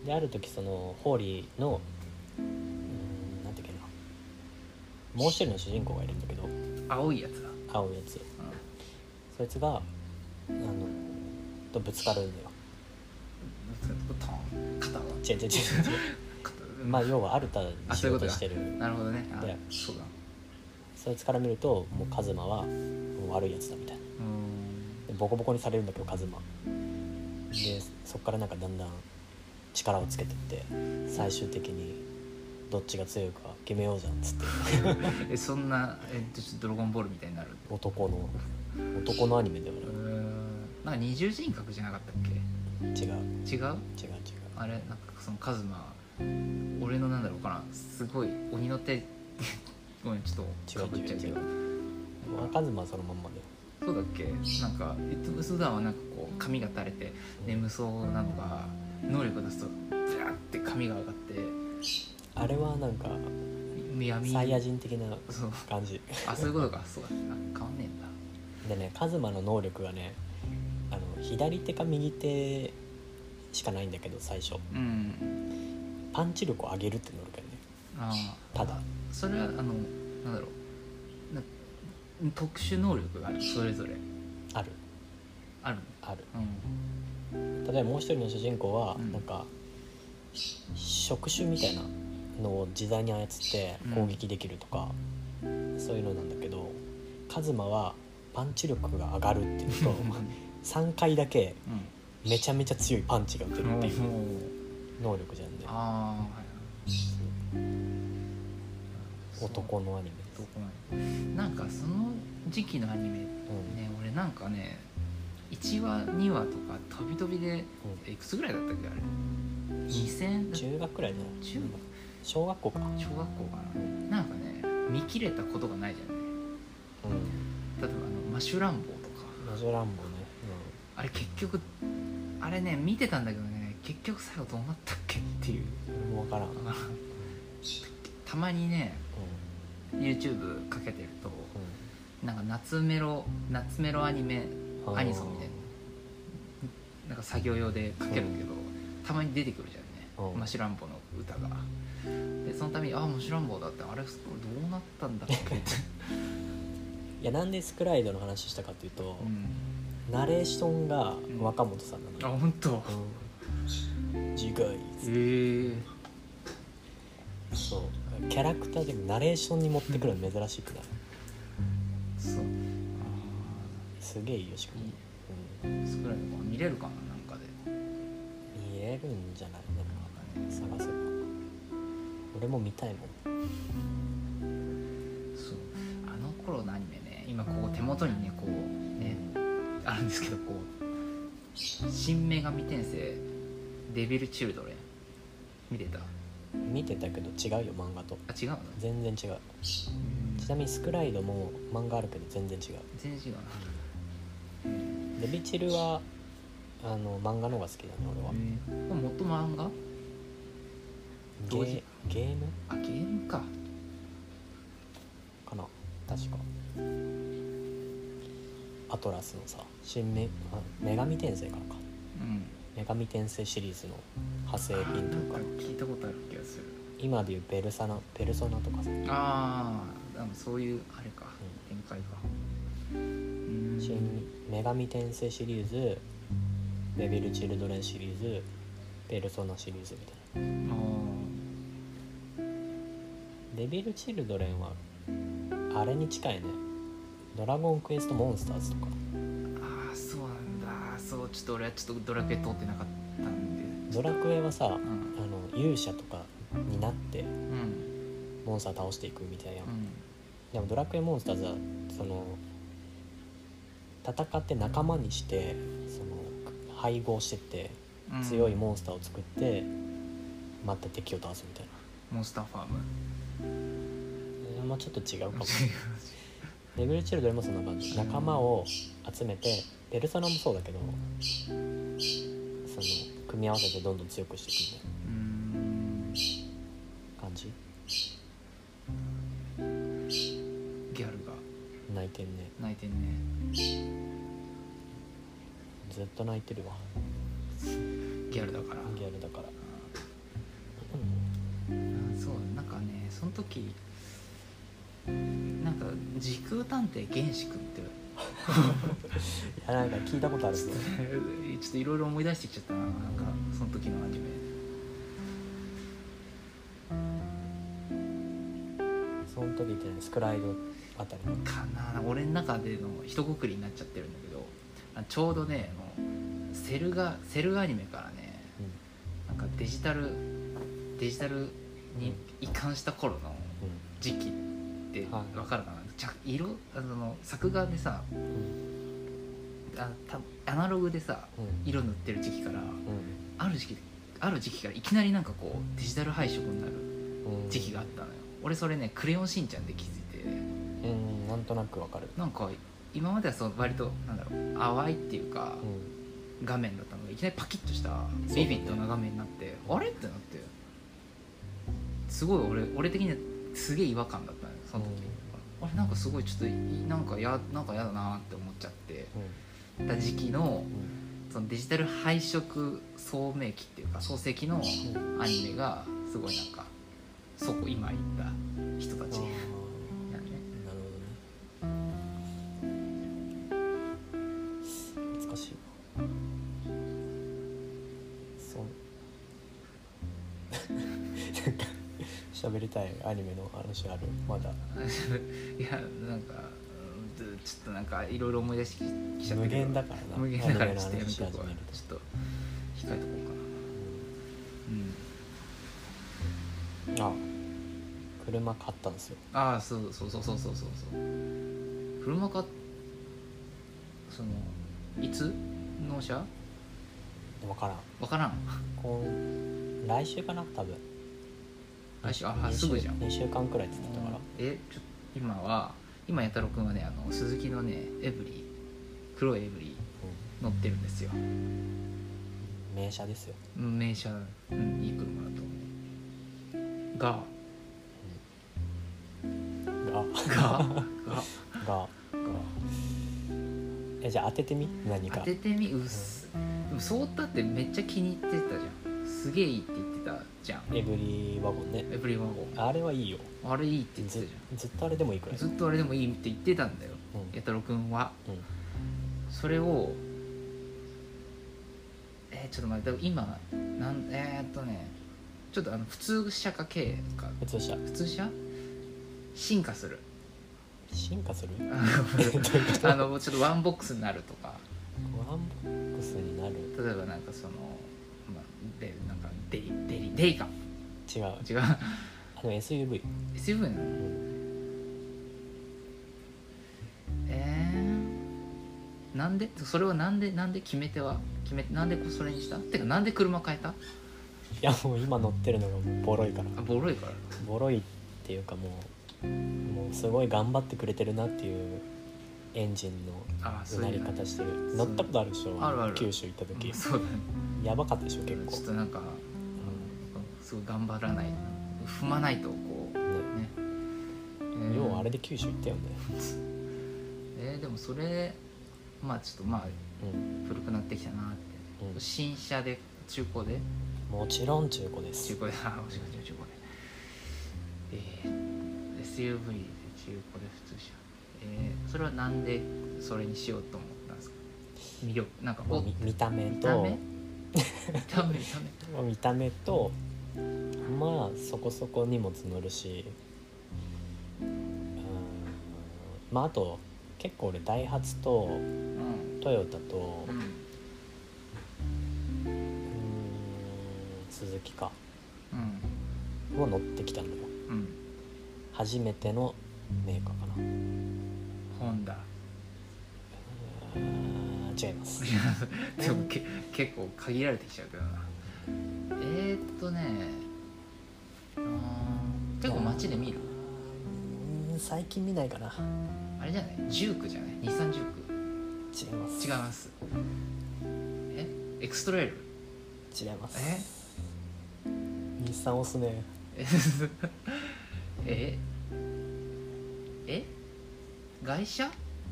A: である時そのホーリーのうーんなんていうかなもう一人の主人公がいるんだけど
B: 青いやつだ
A: 青いやつそいつがあのとぶつかるんだよ
B: うんトーン肩が
A: 違う違う違
B: 肩
A: う違うまあ要はアルタに
B: あ
A: し
B: そうい
A: よ
B: う
A: う
B: ことと
A: してる
B: なるほどねあ
A: で
B: そうだ
A: そいつから見るともうカズマはもう悪いやつだみたいな
B: う
A: で
B: ん
A: ボコボコにされるんだけどカズマでそっからなんかだんだん力をつけてって最終的にどっちが強いか決めようじゃんっつって
B: えそんなえっとちょっとドラゴンボールみたいになる
A: 男の男のアニメでは
B: うーんなんか二重人格じゃなかったっ
A: 違う違う
B: け違う
A: 違う
B: あれなんかそのカズマ俺のなんだろうかなすごい鬼の手 ごめんちょっと
A: 違
B: か
A: う
B: ぶっ
A: 違
B: ちゃう
A: う
B: け
A: 違
B: ど
A: うカズマはそのまんまで
B: そうだっけなんかいつも普段はなんかこう髪が垂れて眠そうなのが能力を出すとザーって髪が上がって
A: あれはなんか
B: 闇
A: サイヤ人的な
B: そう
A: 感じ
B: あそういうことかそうだな変わんねえんだ
A: でねカズマの能力がねあの左手か右手しかないんだけど最初
B: うん
A: パンチ力を上げるって能力やね
B: ああ
A: ただ
B: それはあのなんだろうな特殊能力があるそれぞれ
A: ある
B: ある
A: ある
B: うん
A: 例えばもう一人の主人公は
B: うん
A: なんか、触手みたいなのを自在に操って攻撃できるとか、そういうのなんだけどカズマはパンチ力が上がるっていうの と3回だけ
B: うん
A: めちゃめちゃ強いパンチが打てるっていう
B: もう
A: 能力じゃんね
B: ああはいそう
A: 男のアニメです、
B: 男なんなんかその時期のアニメね俺なんかね1話2話とか飛び飛びで
A: う
B: いくつぐらいだったっけあれ2000
A: 中学くらいの
B: 中学
A: 小学校か、
B: 小学校かななんかね見切れたことがないじゃない
A: うん、
B: 例えばあのマシュランボーとか
A: マジョランボね、
B: あれ結局あれね見てたんだけどね結局最後どうなったっけっていう
A: うん、もう分からん、うん
B: あの たまにね YouTube かけてるとなんか夏メロ夏メロアニメ
A: うん、
B: アニソンみたいなんか作業用でかけるけど、たまに出てくるじゃんね、
A: うん
B: マシュランボの歌がでそのために「ああマシュランボだ」ってあれこれどうなったんだっ けって、
A: いやなんでスクライドの話したかっていうと、
B: うん、
A: ナレーションが若本さんなの
B: あ
A: よ、
B: 本当
A: うん、次回
B: えー、
A: そうキャラクターでもナレーションに持ってくるの珍しくない
B: そう
A: すげえいいよしかも、
B: あースクライドも見れるかななんかで
A: うん、見えるんじゃないでも
B: なんかね
A: 探せば俺も見たいもん
B: そうあの頃のアニメね今こう手元にねこうねあるんですけどこう「新女神転生デビル・チルドレン」見てたあ
A: 見てたけど違うよ漫画と
B: 違うの
A: 全然違うちなみにスクライドも漫画あるけど全然違う
B: 全然違うな
A: デビチルはあの漫画の方が好きだね俺は
B: これ元漫画同
A: ゲ
B: 時
A: ーゲーム
B: あゲームか
A: かな確かアトラスのさ新めあ女神転生からか
B: うん
A: 女神転生シリーズの派生品
B: なん
A: と
B: か
A: か
B: 聞いたことある気がする
A: 今でいうペルサナペルソナとかさ
B: ああそういうあれか展開かうん
A: 新女神転生シリーズデビル・チルドレンシリーズペルソナシリーズみたいな
B: あ
A: デビル・チルドレンはあれに近いねドラゴンクエストモンスターズとか
B: ーあーそうなんだそうちょっと俺はちょっとドラクエ通ってなかったんで
A: ドラクエはさ
B: うん
A: あの勇者とかになって
B: うん
A: モンスター倒していくみたいな、
B: うん
A: でもドラクエモンスターズはその戦って仲間にしてその配合してって
B: うん
A: 強いモンスターを作ってまた敵を倒すみたい
B: モンスターファーム
A: な、えーまあちょっと違うかも
B: 違
A: レベルチルドレンもそんな感じ仲間を集めてペルソナもそうだけどその組み合わせてどんどん強くしていくみたいう
B: うん
A: な感じ
B: ギャルが
A: 泣いてんね
B: 泣いてんね
A: ずっと泣いてるわ
B: ギャルだから
A: ギャルだから、
B: あそうなんかねその時なんか時空探偵原始君って
A: いやなんか聞いたことあるけど
B: ちょっといろいろ思い出してきちゃったななんかその時のアニメ
A: その時ってねスクライドあたりの
B: かな俺の中での一括りになっちゃってるんだけどあちょうどねあのセルガセルガアニメからねなんかデジタルデジタルに移管した頃の時期って
A: は
B: 分
A: い
B: かるかな、ちゃ色あの作画でさ
A: うんうん
B: あたアナログでさ
A: うん
B: 色塗ってる時期から
A: う
B: ある時期ある時期からいきなりなんかこうデジタル配色になる
A: んうん
B: 時期があったのよ俺それね「クレヨンしんちゃん」で気づいて
A: うんなんとなくわかる
B: なんか今まではその割となんだろう淡いっていうか
A: うん
B: 画面だったのがいきなりパキッとした
A: そう
B: ビビッドな画面になってあれってなってすごい俺俺的にはすげえ違和感だったのよその時あれなんかすごいちょっといなんかやなんかやだなって思っちゃってた時期の
A: うん
B: そのデジタル配色聡明期っていうか漱石の
A: うんうん
B: アニメがすごいなんかそこ今言った人た
A: あー
B: ち
A: な
B: なんかね
A: るほどね懐かしいわそうなんか 喋りたいアニメの話あるまだ
B: いやなんかうんちょっとなんかいろいろ思い出してきちゃった
A: 無
B: けど
A: 限だからな
B: 無限だから
A: アニメ
B: ち
A: の
B: ょっとや
A: 話し始
B: めとこう
A: める
B: ちょっと控えとこうかな
A: と、うん
B: うん
A: あ車買ったんですよ
B: ああそうそうそうそうそうそうそう車買っそのいつ納車
A: 分からん
B: わからん
A: 今来週かな多分
B: 来週あ
A: 二週
B: すぐじゃん
A: 2週間くらいって言ってたから
B: えちょ今は今やたろくんはねあの鈴木のねエブリ黒いエブリ乗ってるんですよ
A: 名車ですよ
B: うん名車、うん、いい車だと思うが
A: が
B: がが
A: がえじゃあ当ててみ何
B: 当
A: か
B: ててみうっすでもそうたってめっちゃ気に入ってたじゃんすげえいいって言ってたじゃん
A: エブリワゴンね
B: エブリワゴン
A: あれはいいよ
B: あれいいって言ってた
A: ず
B: じ
A: ずっとあれでもいいく
B: ゃ
A: ら
B: ん
A: い
B: ずっとあれでもいいって言ってたんだよ
A: うん
B: 弥太郎くんは
A: うん
B: それをえーちょっと待ってでも今なんえーっとねちょっとあの普通車か軽か
A: 普通車
B: 普通車進化する
A: 進化する
B: あ
A: どう
B: の
A: いうこと
B: あのちょっとワンボックスになるとか
A: ワンボックスになる
B: 例えばなんかその、まあ、でなんかデイデイデイか
A: 違うあ
B: 違う
A: の SUV
B: SUV なの
A: うん
B: えー、なんでそれはなんでなんで決め手は決めなんでそれにしたてかなんで車変えた
A: いやもう今乗ってるのがボロいから
B: あボロいから
A: ボロいっていうかもうもうすごい頑張ってくれてるなっていうエンジンの
B: あ
A: う
B: そう
A: ないり
B: うの
A: 方してる
B: う
A: 乗ったことあるでしょ
B: あるある
A: 九州行った時
B: うんそうだね
A: やばかったでしょ結
B: ちょっ
A: 構
B: となんかすごい頑張らない踏まないとこ
A: うん
B: うね、え
A: ね
B: ー
A: 要はあれで九州行ったよね
B: えーでもそれまあちょっとまあ
A: うん
B: 古くなってきたなっ
A: う
B: て、
A: ん
B: 新車で中古で
A: もちろん中古で
B: 中
A: す
B: 古であもしかして中古でえー SUV で中古で普通車えーそれはなんでそれにしようと思ったんですか魅力なんか
A: も
B: お
A: う
B: 見
A: 見見た目
B: た
A: と
B: 目見た目見た目
A: まあ見た目とまあそこそこ荷物乗るしうんまああと結構俺ダイハツと
B: うん
A: トヨタと
B: うん
A: うーん鈴木か
B: うん
A: を乗ってきたんだよ
B: うん
A: 初めてのメーカーかな
B: ホンダ
A: うーん違います
B: いやでもけ結構限られてきちゃうけどなえー、っとねうーん結構街で見る
A: うーん最近見ないかな
B: あれじゃないジュークじゃない日産ジューク
A: 違います
B: 違いますえエクストレイル
A: 違います日産押すね
B: え ええ外車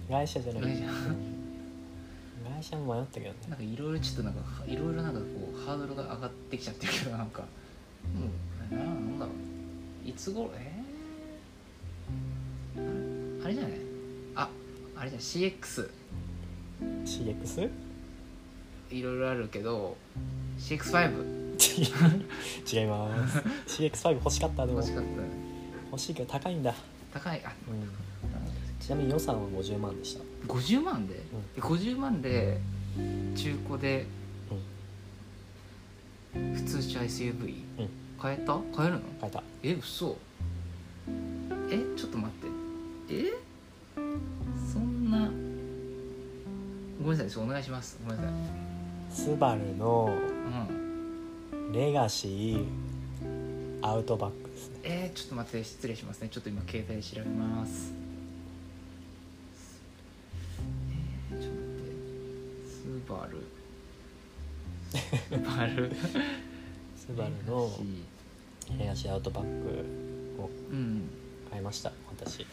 A: 外車じゃない
B: 外車
A: うん外車も迷ったけどね
B: なんかいろいろちょっとなんかいろいろなんかこうハードルが上がってきちゃってるけどなんかもうななんだろういつ頃えー、あれあれじゃないああれじゃない CX
A: CX?
B: いろいろあるけど CX5
A: 違います CX5 欲しかったでも
B: 欲しかった
A: 欲しいけど高いんだ、
B: 高いあ
A: うん、ちなみに予算は50万でした
B: 50万で、50万で中古で普通車 SUV、
A: うん
B: 買えた買えるの
A: 変えた
B: え嘘えちょっと待ってえそんなごめんなさいちょっとお願いしますごめんなさい
A: スバルの
B: うん
A: レガシーアウトバックですね
B: えー、ちょっと待って失礼しますねちょっと今携帯調べますえー、ちょっと待ってスバルスバル
A: スバルの
B: う
A: レガシーアウトバックを
B: ん
A: 買いました私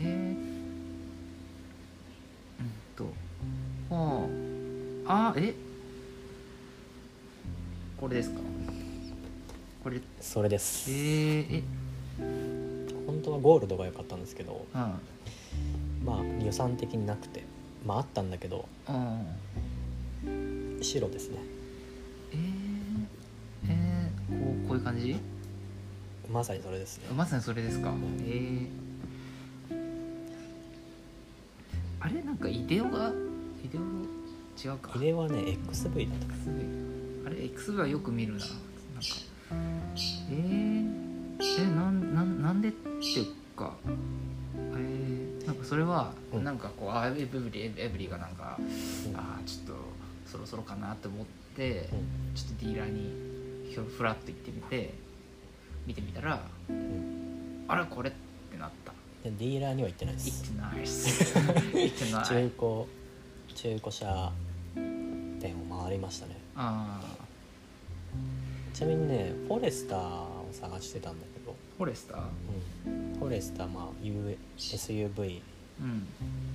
B: えー、うんとはああえこれですかこれえ
A: それです
B: ー、え
A: 本当はゴールドが良かったんですけど
B: うん
A: まあ予算的になくてまああったんだけど
B: うん
A: 白ですね
B: えー、えー、こうこういう感じ
A: まさにそれですね
B: まさにそれですかえー、あれなんかイデオがイデオ違うか
A: ヒデはね XV だったか
B: すごいあれ XV はよく見るななんかえー、えなんなんなんでってかえーなんかそれは、
A: うん
B: なんかこうあエブリエブリがなんか、
A: うん
B: あーちょっとそろそろかなと思って、
A: うん
B: ちょっとディーラーにひょふらっと行ってみて見てみたら、あらこれってなった
A: でディーラーには行ってないで
B: 行
A: す
B: ってないっす 行ってな
A: 中
B: い
A: 古中古車店を回りましたね
B: ああ
A: ちなみにねフォレスターを探してたんだけど、
B: フォレスター
A: うんフォレスターまあ U SUV
B: うん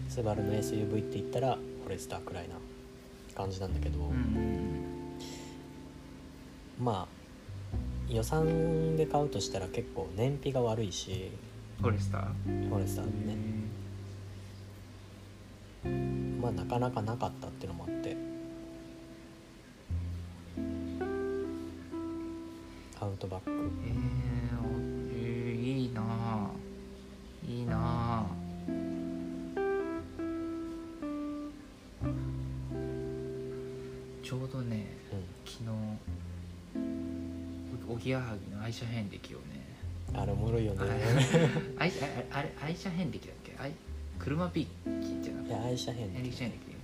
A: スバルの SUV って言ったらフォレスターくらいな感じなんだけど、
B: うん
A: まあ予算で買うとしたら結構燃費が悪いし
B: フォレスター
A: フォレスターねまあなかなかなかったっていうのもあってアウトバック
B: えーおえーいいなあいいなあちょうどね昨日おおぎやはぎの愛車遍歴をね
A: うんあれおもろいよ
B: あれ
A: ね
B: 愛車あれ愛車遍歴だっけ愛車ピッキじゃなく
A: い
B: て
A: や愛車編
B: 遍歴じゃないんだけど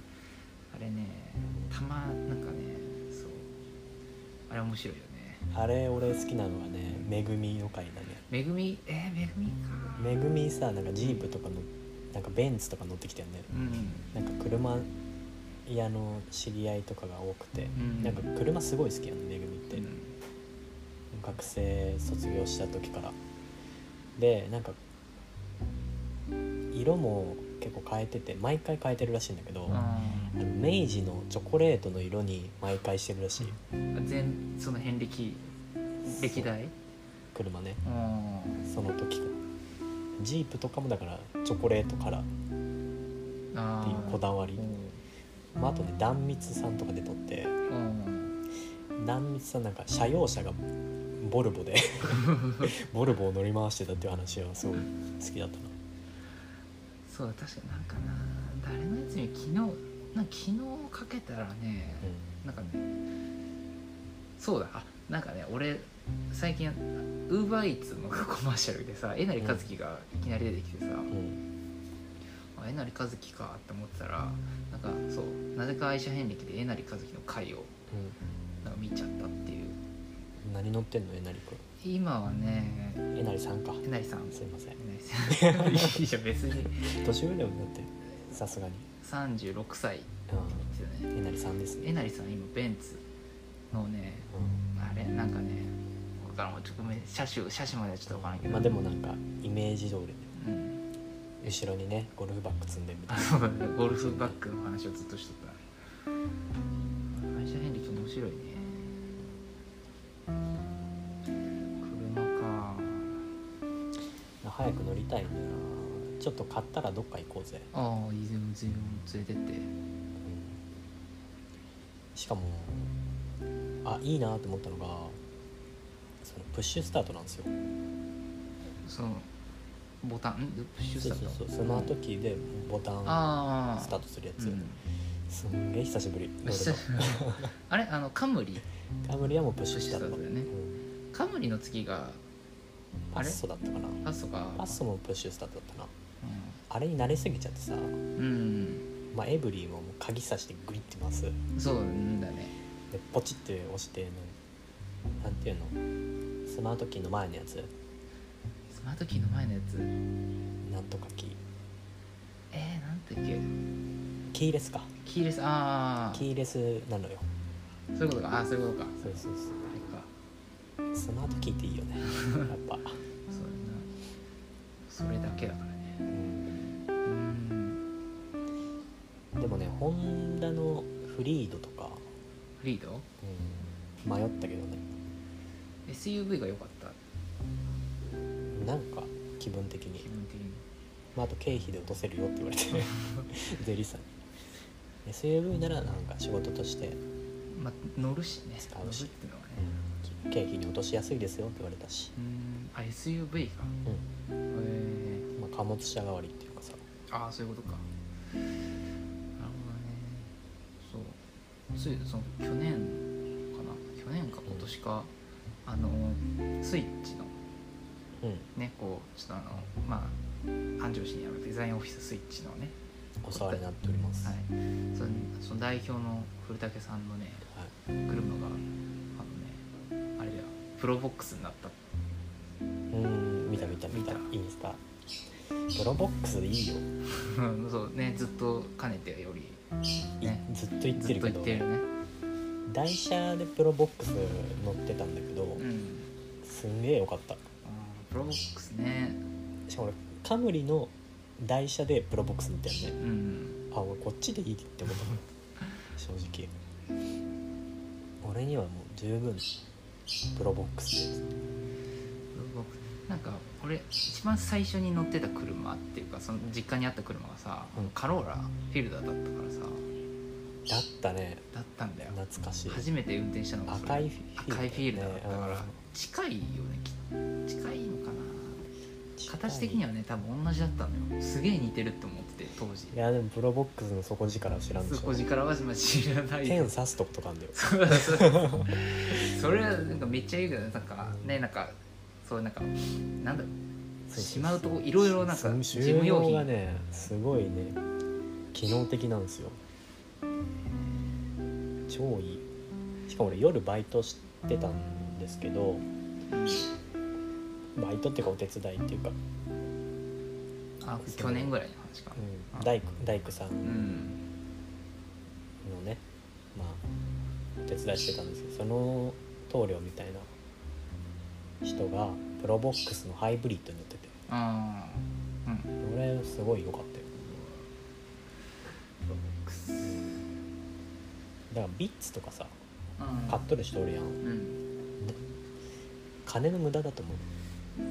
B: あれねたまなんかねそうあれ面白いよね
A: あれ俺好きなのはねめぐみの回だね
B: めぐみえー、めぐみか
A: めぐみさなんかジープとかのなんかベンツとか乗ってきたよね
B: うん
A: なんか車屋の知り合いとかが多くて、
B: うん
A: なんか車すごい好きやねめぐみって、
B: う
A: 学生卒業した時からでなんか色も結構変えてて毎回変えてるらしいんだけど、
B: んあ
A: あの明治のチョコレートの色に毎回してるらしい
B: ー全その遍歴歴代
A: 車ね
B: うん
A: その時からジープとかもだからチョコレートからってい
B: あー
A: うこだわりまあ、あとね壇蜜さんとかで撮って
B: うん
A: 壇蜜さんなんか車用車がボルボ でボルボを乗り回してたっていう話はすごい好きだったな
B: そうだ確かなんかな誰のやつに昨日なんか昨日かけたらねなんかねそうだあなんかね俺最近ウーバーイーツのコマーシャルでさえなりかずきがいきなり出てきてさ、
A: うんうん
B: あえなりかずきかって思ってたらなんかそうなぜか愛車遍歴でえなりかずきの回をなんか見ちゃったっていう
A: うん何乗ってんのえなりくん
B: 今はね
A: えなりさんか
B: えなりさん
A: すいません
B: えなりさん いいじゃん別に
A: 年上だよねだってさすがに、
B: 36歳で
A: う
B: すよね
A: ん、えなりさんですね
B: えなりさん今ベンツのねあれなんかねわからんちょっとごめん車種車種まではちょっとわからんけ
A: うん、
B: ど、
A: まあでもなんかイメージ通り
B: うん、
A: 後ろにねゴルフバッグ積んでみた
B: あ
A: いな
B: そうだね ゴルフバッグの話をずっとしとった愛車遍歴面白いね車か
A: 早く乗りたいなちょっと買ったらどっか行こうぜ、
B: ああいずれも全然連れてって
A: うん、しかもあいいなと思ったのがそのプッシュスタートなんですよ
B: そのボタンんプッシュス
A: そ
B: タ
A: う
B: ー
A: そう
B: ト
A: そうスマートキーでボタン
B: ああ
A: スタートするやつ、
B: うん
A: すんげえ久しぶり乗れ
B: 久しぶり あれあのカムリ
A: たカムリはもうプッシュスタート
B: プッシュスタートだよね
A: うん
B: カムリの次が
A: パッソだったかな
B: パソか
A: パッソもプッシュスタートだったなあれに慣れすぎちゃってさ、
B: うん、
A: まあ、エブリーももう鍵さしてグリってますで
B: うん、そうなんだね
A: ポチって押してなんなんていうのスマートキーの前のやつ
B: スマートキーの前のやつ
A: なんとかキー
B: えー、なんてっ
A: キーレスか
B: けキーレスああ
A: キーレスなのよ
B: そういうことかああそういうことか
A: そうそうそ
B: あれか
A: うスマートキーっていい よねやっぱ、
B: そうだなそれだけだから
A: う
B: ね
A: ん、
B: うん
A: でもねホンダのフリードとか、
B: フリード
A: うん、迷ったけどね
B: SUV が良かった
A: なんか気分的
B: 気
A: に、
B: 分的に
A: まあ、あと経費で落とせるよって言われて 税理士さんに SUV ならなんか仕事として
B: まあ乗るしね
A: 使
B: 乗る
A: う
B: っ
A: して
B: いうのはね
A: 経費に落としやすいですよって言われたし、
B: うんあ SUV か
A: う
B: へえ
A: んまあ、貨物車代わりっていうかさ
B: ああそういうことかなるほどねそうついその去年かな去年か今年か、あのスイッチの
A: うん
B: ねこうちょっとあのまあ安城市にあるデザインオフィススイッチのね、
A: お世話になっております、
B: はい、そのその代表の古武さんのね
A: はい
B: 車があのねあれだよプロボックスになった
A: うん見た見た見た
B: 見た
A: インスタプロボックスでいいよ、
B: うんそうねずっとかねてより
A: い
B: ね
A: ずっと言っ
B: ず
A: て
B: っ
A: るけ
B: と言っ
A: ど
B: てるね
A: 台車でプロボックス乗ってたんだけど、
B: うん
A: すんげえよかった
B: あープロボックスね
A: しかも俺カムリの台車でプロボックス乗ったよ
B: う
A: ね
B: ん
A: あ俺こっちでいいって思ったもん 正直俺にはもう十分プロボックスです
B: プロボックスなんか俺一番最初に乗ってた車っていうかその実家にあった車がさ、
A: うん
B: カローラフィルダーだったからさ
A: だったね
B: だったんだよ
A: 懐かしい
B: 初めて運転したのがそれ
A: 赤いフィールドだよね
B: 赤いフィールダーだったか
A: う
B: ら
A: ん
B: 近いよねき近いのかな形的にはね多分同じだったのよすげえ似てるって思ってて当時
A: いやでもプロボックスの底力は知らんでしょ
B: 底力はまあ知らない
A: 剣刺すとことかあんだよ
B: そうそうそう それはなんかめっちゃいいけどなんかねなんかそうなんかなんだ
A: そう
B: しまうとこいろいろなんか事務用
A: が
B: 品、
A: ねすごいね機能的なんですよ超いいしかも俺夜バイトしてたんですけどバイトっていうかお手伝いっていうか、
B: あ去年ぐらいの話か
A: うん、大工大工さん
B: うん、
A: のねまあお手伝いしてたんですけどその棟梁みたいな人がプロボックスのハイブリッドに乗ってて
B: ああうん
A: 俺すごい良かったよ
B: くっす
A: だからビッツとかさ
B: うん
A: 買っとる人おるやん
B: うん
A: 金の無駄だと思う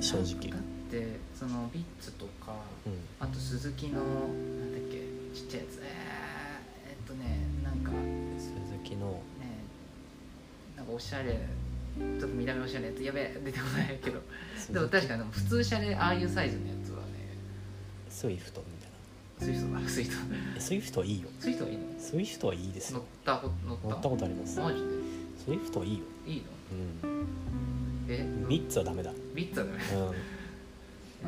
A: 正直
B: だってそのビッツとか
A: うん
B: あと鈴木のなんだっけちっちゃいやつえー、えっとねなんか
A: 鈴木の
B: ねなんかおしゃれちょっと見た目おしゃれなやつやべえ出てこないけどでも確かにでも普通車でああいうサイズのやつはね
A: スイフトみたい
B: スイフトだスイフト
A: なえスイフトいいよ
B: スイフトはいいの
A: スイフトはいいです
B: 乗
A: よ
B: ったほ乗った
A: 乗ったことあります
B: マジ
A: スイフトいいよ、
B: でいいの
A: うん、
B: え
A: ビッツはダメだ、
B: ビッツだね
A: う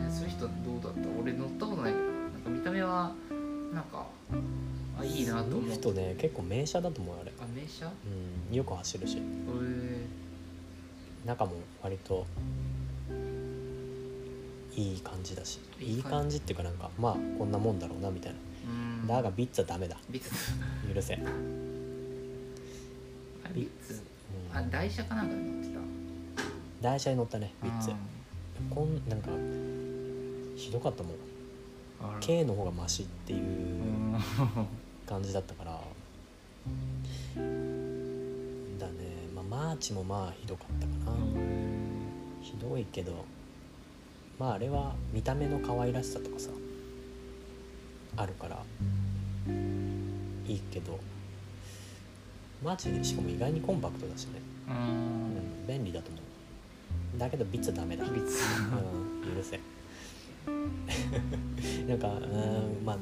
B: えスイフトどうだった俺乗ったことないけどなんか見た目はなんかあ
A: ん、
B: いいなと
A: スイ
B: 思っ
A: フ
B: て
A: トね結構名車だと思うよあれ、
B: あ名車へ
A: うん、よく走るし
B: え
A: 中も割といい感じだしいい感じっていうかなんかまあこんなもんだろうなみたい
B: うん
A: なだがビッツはダメだ
B: ビッツ
A: 許せん、うん
B: あれビッツあ台車かなんかで乗ってた
A: 台車に乗ったねビッツ
B: あ
A: こんなんかひどかったもん
B: ーあら
A: K の方がマシっていううん感じだったから、だね、まあ、マーチもまあひどかったかな、ひどいけどまああれは見た目の可愛らしさとかさあるからいいけどマーチでしかも意外にコンパクトだしね、
B: う
A: うんん、便利だと思うだけどビッツはダメだ
B: ビッツ
A: うん許せん なんかうんまあ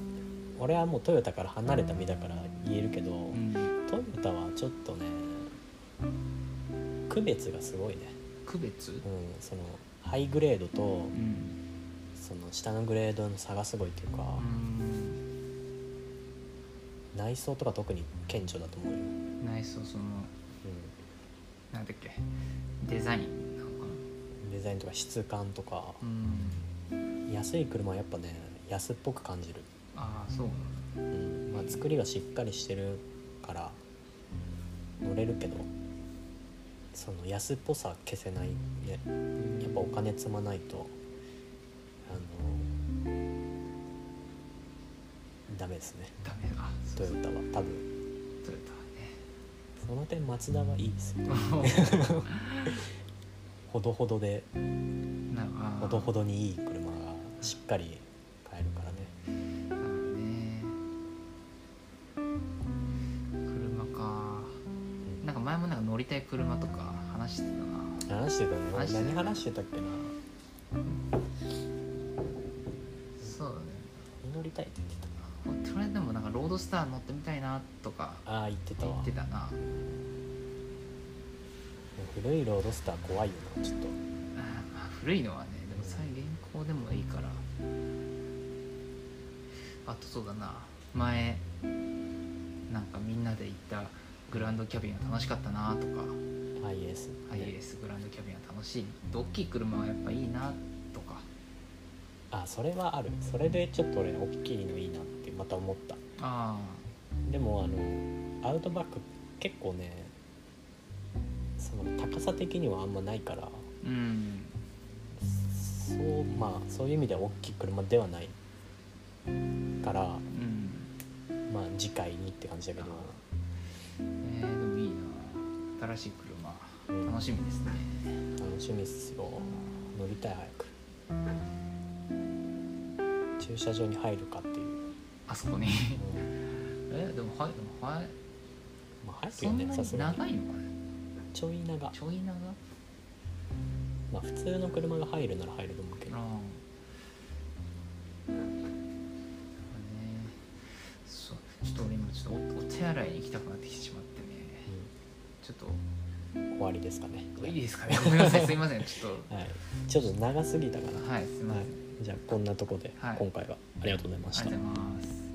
A: 俺はもうトヨタから離れた身だから言えるけど、
B: うん
A: トヨタはちょっとね区別がすごいね、
B: 区別
A: うん、そのハイグレードと
B: うん
A: その下のグレードの差がすごいっていうか、
B: うん
A: 内装とか特に顕著だと思うよ、
B: 内装そのなんだっけデザインなのかな
A: うん、デザインとか質感とか
B: うん
A: 安い車はやっぱね安っぽく感じる
B: ああそう
A: う
B: なんだ
A: んまあ、作りがしっかりしてるから乗れるけどその安っぽさ消せないねやっぱお金積まないとあのダメですね
B: ダメだあ
A: ト
B: そう
A: ヨ
B: そう
A: タは多分
B: トヨタはね
A: その点マツダはいいですよほどほどで
B: なんか
A: ほどほどにいい車がしっかり買えるからね
B: どね車かなんか前もなんか乗りたい車とか話してたな
A: 話してたの
B: 話してた
A: 何話してたっけな
B: そうだね
A: 乗りたいって言って
B: とりあえずでもなんかロードスター乗ってみたいなとか
A: たああ言ってた
B: 言
A: わ
B: ってたな
A: 古いロードスター怖いよなちょっと
B: あーまあ古いのはねでもさこうでもいいからあとそうだな前なんかみんなで行ったグランドキャビンは楽しかったなとか
A: IS
B: IS グランドキャビンは楽しい大きい車はやっぱいいなとか
A: あそれはあるそれでちょっと俺大きいのいいなってまた思った
B: あ
A: でもあのアウトバック結構ねその高さ的にはあんまないから
B: あうん
A: そうまあそういう意味では大きい車ではないから
B: うん
A: まあ次回にって感じだけど
B: えー、でもいいな新しい車楽しみですね
A: 楽しみっすよ乗りたい早く駐車場に入るかっていう、
B: あそこに
A: うん
B: えでもはいでもはい
A: まあ、
B: そ
A: 早くよ
B: んな
A: ね
B: に
A: さすがに
B: 長いのかね
A: ちょい長
B: ちょい長
A: まあ普通の車が入るなら入ると思うけど
B: ああねそうちょっと俺今ちょっとおお手洗いに行きたくなってきてしまってねちょっと
A: うん終わりですかね
B: いいですかねごめんなさいすいませんちょっ
A: はい、ちょっと長すぎたかな
B: とはいすいませ
A: は
B: ん、
A: い、じゃあこんなとこで
B: はい
A: 今回はありがとうございま
B: あ
A: し
B: り
A: た
B: がとうございます